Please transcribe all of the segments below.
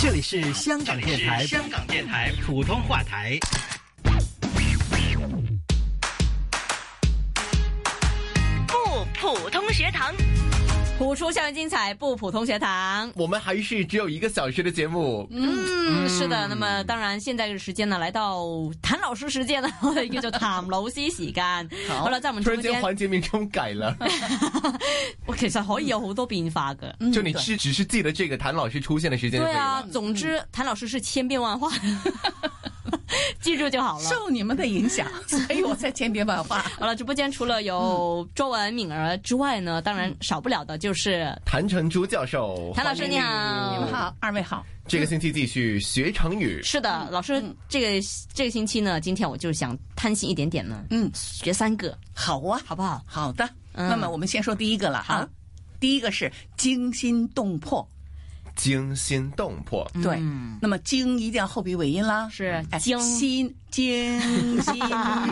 这里是香港电台香港电台普通话台。不普通学堂，谱出校园精彩，不普通学堂。我们还是只有一个小时的节目，嗯，是的。那么當然，現在嘅時間呢，來到譚老師時間 啦，我哋叫做譚老師時間。好啦，在我們突然中间間，环节名称 改了，我其實可以有好多變化嘅。就你是只是记得这个谭老师出现的时间就可對以啊了，。總之譚老師是千變萬化， 記住就好了。受你们的 影响，所以我在千变万化。好了，直播間除了有周文敏儿之外呢，當然少不了的就是谭成珠教授，譚老師你 好，你们好，二位好。这个星期继续学成语，是的，老师，这个这个星期呢，今天我就想贪心一点点呢，嗯学三个，好啊，好不好？好的。嗯那么我们先说第一个了好啊，第一个是惊心动魄。惊心动魄，对嗯，那么惊一定要后鼻尾音啦，是哎惊心惊 心。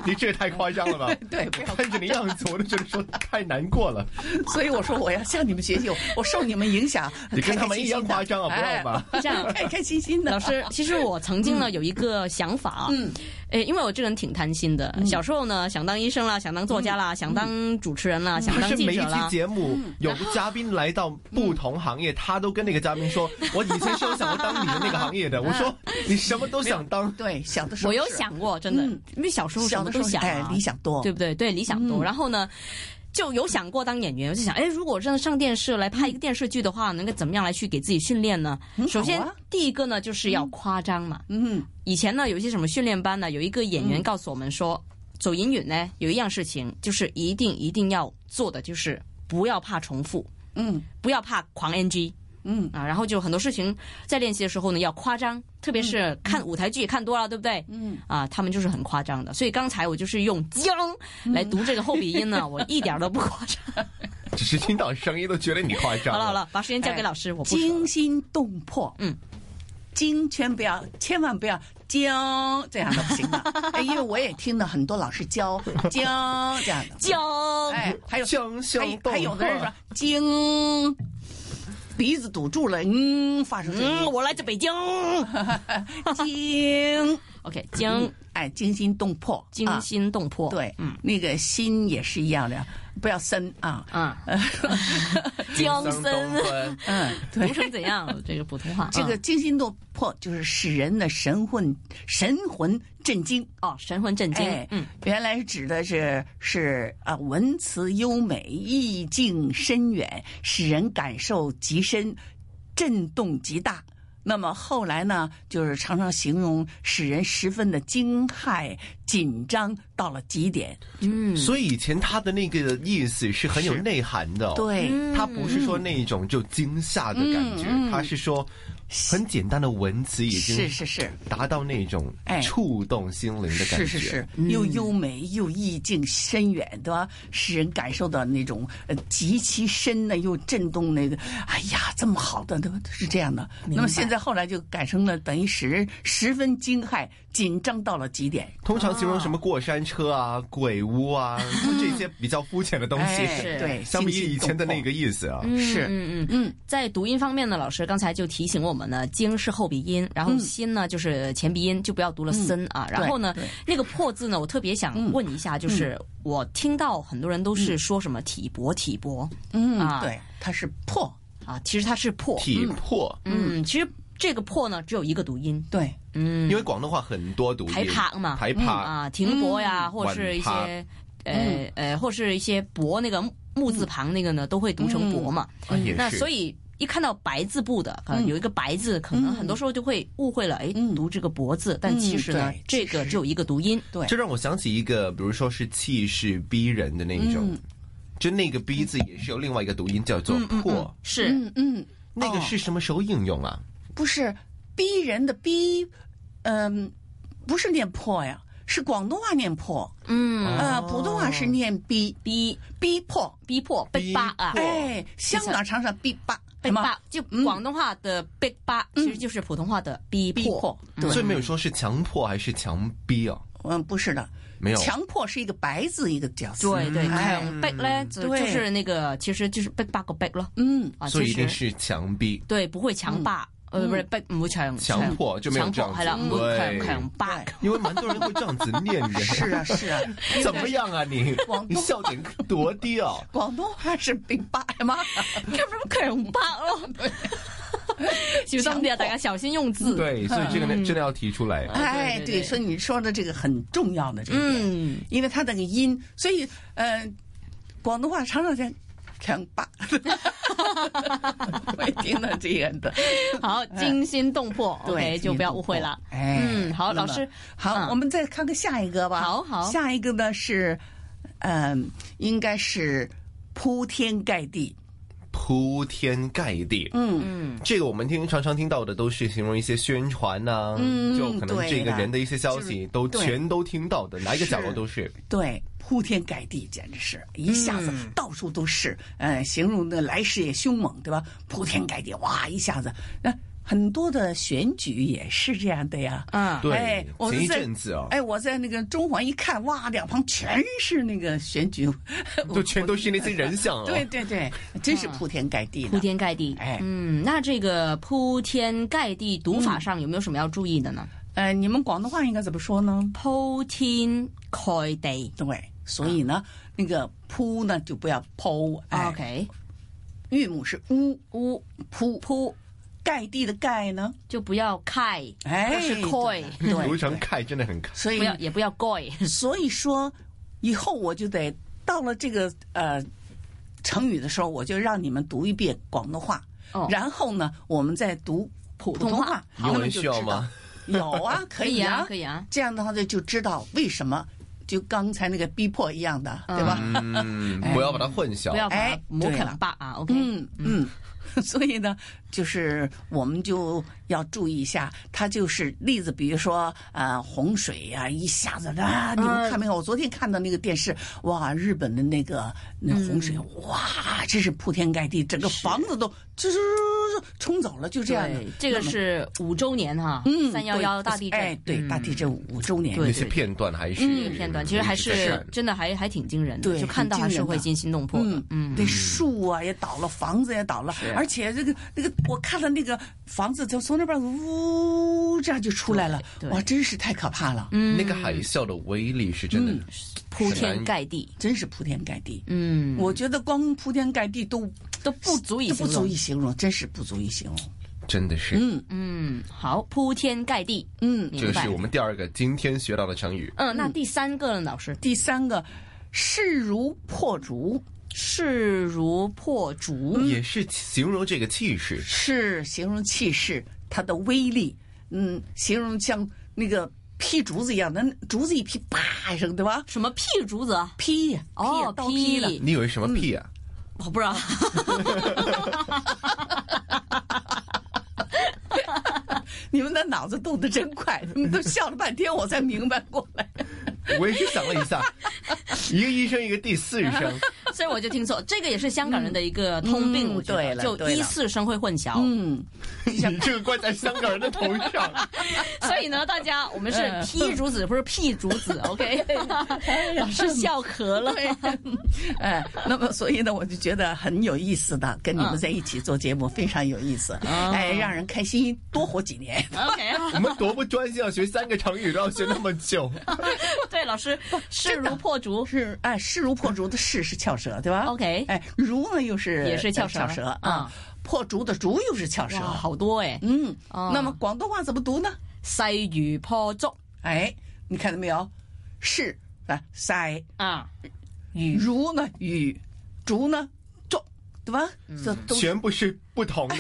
你这也太夸张了吧？对，不要看着你样子，我都觉得说太难过了。 所以我说我要向你们学习，我我受你们影响， 你跟他们一样夸张啊，不要吧？哎这样哎 开开心心 的。老师，其实我曾经呢有一个想法啊，嗯，诶，因为我这个人挺贪心嗯的，小时候呢想当医生啦，想当作家啦，想当主持人啦，嗯想可当是记每一者期啦。节目有嘉宾来到不同行业，他都跟那个嘉宾说：“嗯我以前是有想过当你的那个行业的。” 我说：“你什么都想当。对，小的时候我有是，想过，真的嗯，因为小时候什小么的都时候想哎啊，理想嗯多，对不对？对，理想多。然后呢，就有想过当演员，我就想，哎，如果真的上电视来拍一个电视剧的话，能够怎么样来去给自己训练呢？首先嗯好啊，第一个呢，就是要夸张嘛。嗯以前呢，有一些什么训练班呢，有一个演员告诉我们说，走演员呢有一样事情，就是一定一定要做的，就是不要怕重复，嗯不要怕狂 NG。嗯啊，然后就很多事情在练习的时候呢，要夸张，特别是看舞台剧看多了，对不对？嗯，啊，他们就是很夸张的，所以刚才我就是用“江”来读这个后鼻音 呢，我一点儿都不夸张。”只是听到声音都觉得你夸张。好了好，了，把时间交给老师，我不说了哎惊心动魄。嗯，惊全不要，千万不要惊，这样都不行的。 哎，因为我也听到很多老师教惊这样的。江，哎，还有惊心还有动还有的人魄说惊，鼻子堵住了，嗯，发出声嗯，音我来自北京。嗯嗯惊， OK，江，哎，惊心动魄，嗯惊啊心动魄。对，嗯那个心也是一样的，不要深啊。啊，江惊森心动魄。嗯，对 读。成怎样？这个普通话啊，这个惊心动魄就是使人的神魂神魂震惊。哦，神魂震惊哎。，嗯，原来指的是是啊，文辞优美，意境深远，使人感受极深，震动极大。那么后来呢，就是常常形容使人十分的惊骇、紧张到了极点。嗯所以以前他的那个意思是很有内涵的、哦，对，他不是说那一种就惊吓的感觉，嗯嗯他是说很简单的文词已是经是是。达到那种哎触动心灵的感觉。是是是，又优美又意境深远，对吧？使人感受到那种呃极其深的又震动那个，哎呀，这么好的，对吧？是这样的。那么现在后来就改成了，等于使人十分惊骇、紧张到了极点。通常形容什么过山车啊、鬼屋啊，这些比较肤浅的东西，哎是对 相比于以前的那个意思啊，是嗯嗯嗯嗯，在读音方面呢，老师刚才就提醒我们呢，经是后鼻音，然后心呢就是前鼻音，就不要读了森啊。然后呢嗯对，嗯那个破字呢，我特别想问一下，就是我听到很多人都是说什么体薄体薄嗯啊对，它是破，啊，其实它是破。体魄。嗯，其实这个破呢只有一个读音，对，嗯因，为广东话很多读音，排拍嘛，排拍嗯啊，停泊嗯呀，或者是一些晚呃呃，或是一些泊那个木字旁那个呢，都会读嗯成泊嘛。啊也那是所以一看到白字部的，可能有一个白字，可能很多时候就会误会了，哎，读这个泊字，但其实呢对，这个只有一个读音。对这让我想起一个，比如说是气势逼人的那一种，就那个“逼”字也是有另外一个读音叫做“破”，嗯哦是，嗯嗯，那个是什么时候应用啊？不是逼人的逼，嗯、不是念破呀，是广东话念破，嗯，呃，普通话是念逼逼逼迫。逼迫逼八啊逼，迫哎，香港常常逼吧，逼什么八就广东话的逼八，其实就是普通话的逼逼迫嗯迫。，对，所以没有说是强迫还是强逼哦，嗯，不是的，没有强迫是一个白字一个角色，对对，哎强逼嘞，就对就是那个，其实就是逼八个逼咯。嗯，啊，所以其一实定是强逼。对，不会强霸。呃，不是不唔會強强迫就没有強迫嗯這樣子係啦，唔會強對強迫。因为蛮多人会这样子念人， 是啊是啊，怎么样啊你广？你东笑点多低啊！广东话是并霸吗？咁樣強迫咯，小心啲啊！大家小心用嗯字。对，所以这个呢，真的要提出来。哎， 对对对所以你说的这个很重要的这一点，嗯，因为它那个音，所以呃，广东话常常在强 霸， 会听到这样的，好，惊心动魄，OK，哎对，就不要误会了。哎，嗯好那么老师好，嗯我们再看看下一个吧。好好下一个呢是，嗯、应该是铺天盖地。铺天盖地，嗯，这个我们听常常听到的都是形容一些宣传呐、嗯就可能这对个的人的一些消息就是都对全都听到的，哪一个角落是都是。对，铺天盖地，简直是一下子到处都是。呃，形容的来势也凶猛，对吧？铺天盖地，哇，一下子，那、很多的选举也是这样的呀。嗯，对，哎我们前一在阵子啊，哎，我在那个中环一看，哇，两旁全是那个选举，就全 都是那些人像啊。对对对，哦 真是铺天盖地的。铺天盖地。哎嗯，那这个铺天盖地读法上有没有什么要注意的呢？呃，你们广东话应该怎么说呢？铺天盖地对，所以呢，那个铺呢就不要剖。哎、哦，OK，韵母是乌，屋铺铺盖地的盖呢，就不要盖，哎，就是盖，对，刘对成凯真的很看，所不要以也不要盖。所以说，以后我就得到了这个呃成语的时候，我就让你们读一遍广东话，哦然后呢，我们再读普通通话话，英他文们就需要知道吗？有啊，可 可以以啊，可以啊。这样的话呢，就知道为什么就刚才那个逼迫一样的，对吧？嗯， 不要把它混哎啊淆。不要把它哎磨对啃了巴啊，OK，嗯嗯， 所以呢，就是我们就要注意一下，它就是例子，比如说呃，洪水呀、一下子啊，嗯你们看没有？我昨天看到那个电视，哇，日本的那个那洪水，嗯哇，真是铺天盖地，整个房子都吱吱吱冲走了，就这样的对，。这个那么是五周年哈，嗯，三幺幺对大地震，哎，对，嗯大地震五周年，对那对些片段还是嗯片段，其实还一直在是看真的还还挺惊人的，对就看到还是会惊心动魄的嗯，嗯，那树啊也倒了，房子也倒了，而且这个那个，我看了那个房子就从那边呜这样就出来了对，嗯对哇，真是太可怕了，那个海啸的威力是真的嗯铺天盖地，真是铺天盖地。嗯，我觉得光铺天盖地都都不足以都形不容，足以形容，真是不足以形容。真的是。嗯嗯，好，铺天盖地，嗯，这明个白是。我们第二个今天学到的成语，嗯，那第三个呢，老师，第三个势如破竹，势如破竹，嗯也是形容这个气势。是形容气势，它的威力，嗯，形容像那个劈竹子一样，那竹子一劈，啪一声，对吧？什么屁竹子啊？劈呀，劈呀哦，刀劈了。你以为什么屁啊？我不知道， 你们的脑子动得真快，你们都笑了半天，我才明白过来。我也是想了一下，一个一声，一个第四声，所以我就听错，这个也是香港人的一个通病，嗯我觉得对了就对了一四声会混淆，嗯，你这个怪在香港人的头上。 所以呢，大家我们是嗯劈竹子，不是屁竹 子，OK？老师笑咳了。哎，那么所以呢，我就觉得很有意思的，跟你嗯们在一起做节目非常有意思，哦哎，让人开心多活几年。 OK， 我们多不专心啊，学三个成语都要学那么久。对，老师势如破竹， 是哎，势如破竹的势是翘舌，对吧 OK 哎，如呢又是也是翘舌舌，舌啊，破竹的竹又是翘舌哇，。好多哎，嗯，哦那么广东话怎么读呢？势如破竹哎，你看到没有？是啊，塞啊，雨如呢雨，竹呢竹，对吧？这都是全部是不同的，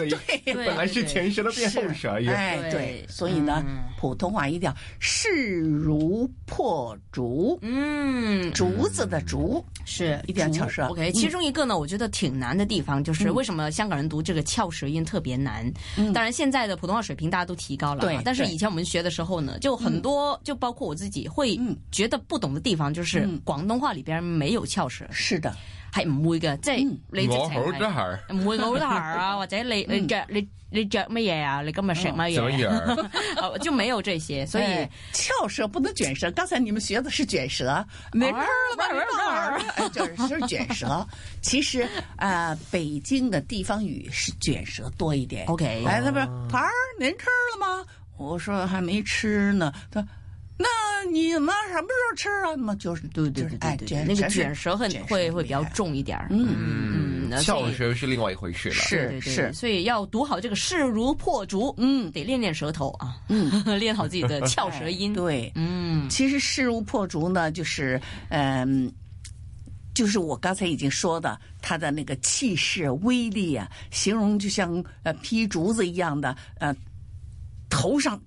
本来是前舌的变后啊舌而已。哎，对对，所以呢，普通话一定要势如破竹，嗯，竹子的竹，是一定要翘舌 OK，嗯其中一个呢，我觉得挺难的地方就是为什么香港人读这个翘舌音特别难。当然，现在的普通话水平大家都提高了啊，嗯对但是对以前我们学的时候呢，就很多，就包括我自己会嗯觉得不懂的地方，就是嗯广东话里边没有翘舌。是的，係唔會嘅，即係嗯你直我情好得係閒，唔會我好得閒 啊，或者你你嗯着你你着乜嘢啊？你今日食乜怎嘢？ 嗯樣？哦就沒有这些，所以哎翘舌不能卷舌。刚才你们学的是卷舌，没事儿了吧？没事儿，哎就是是 卷舌。其实啊、呃北京的地方语是卷舌多一点。 OK 哎，他不是牌儿，您吃了吗？我说还没吃呢。他说。那你们什么时候吃啊？那么就是对对就是对哎对，对，卷那个是卷舌很卷会很会比较厉害重一点儿。嗯嗯嗯，所翘以舌又是另外一回事了。是对对对是所以要读好这个势如破竹，嗯得练练舌头啊， 嗯，练好自己的翘舌 音。对，嗯，其实势如破竹呢，就是嗯、就是我刚才已经说的，它的那个气势威力啊，形容就像呃劈竹子一样的，呃，头上。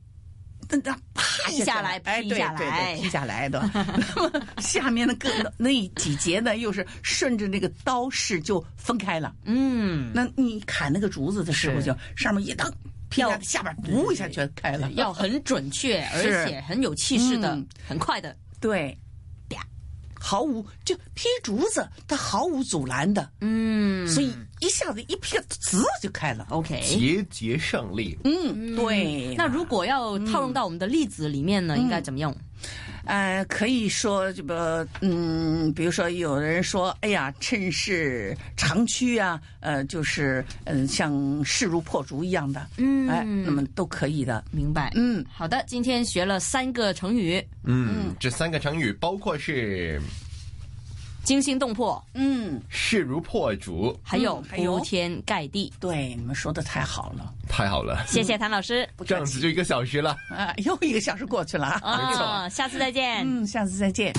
那那啪劈下来哎，劈对下对来对， 劈下来的。那么 下面的各那几节呢，又是顺着那个刀势就分开了。嗯，那你砍那个竹子的时候，是就上面一蹬，劈下要下边呜一下全开了。要很准确，而是且很有气势的嗯，很快的。对，啪毫无就劈竹子，它毫无阻拦的，嗯，所以一下子一劈，滋就开了。 OK，节节胜利。嗯，对。那如果要套用到我们的例子里面嗯呢，应该怎么用？呃，可以说这个，嗯，比如说有人说，哎呀，趁势长驱啊，呃，就是嗯、呃像势如破竹一样的，嗯哎，那么都可以的。明白。嗯，好的，今天学了三个成语：嗯，这三个成语包括是惊心动魄，嗯，势如破竹，还有嗯还有铺天盖地。对，你们说的太好了。太好了，谢谢谭老师这样子就一个小时了。啊，又一个小时过去了啊。啊，下次再见。嗯，下次再见。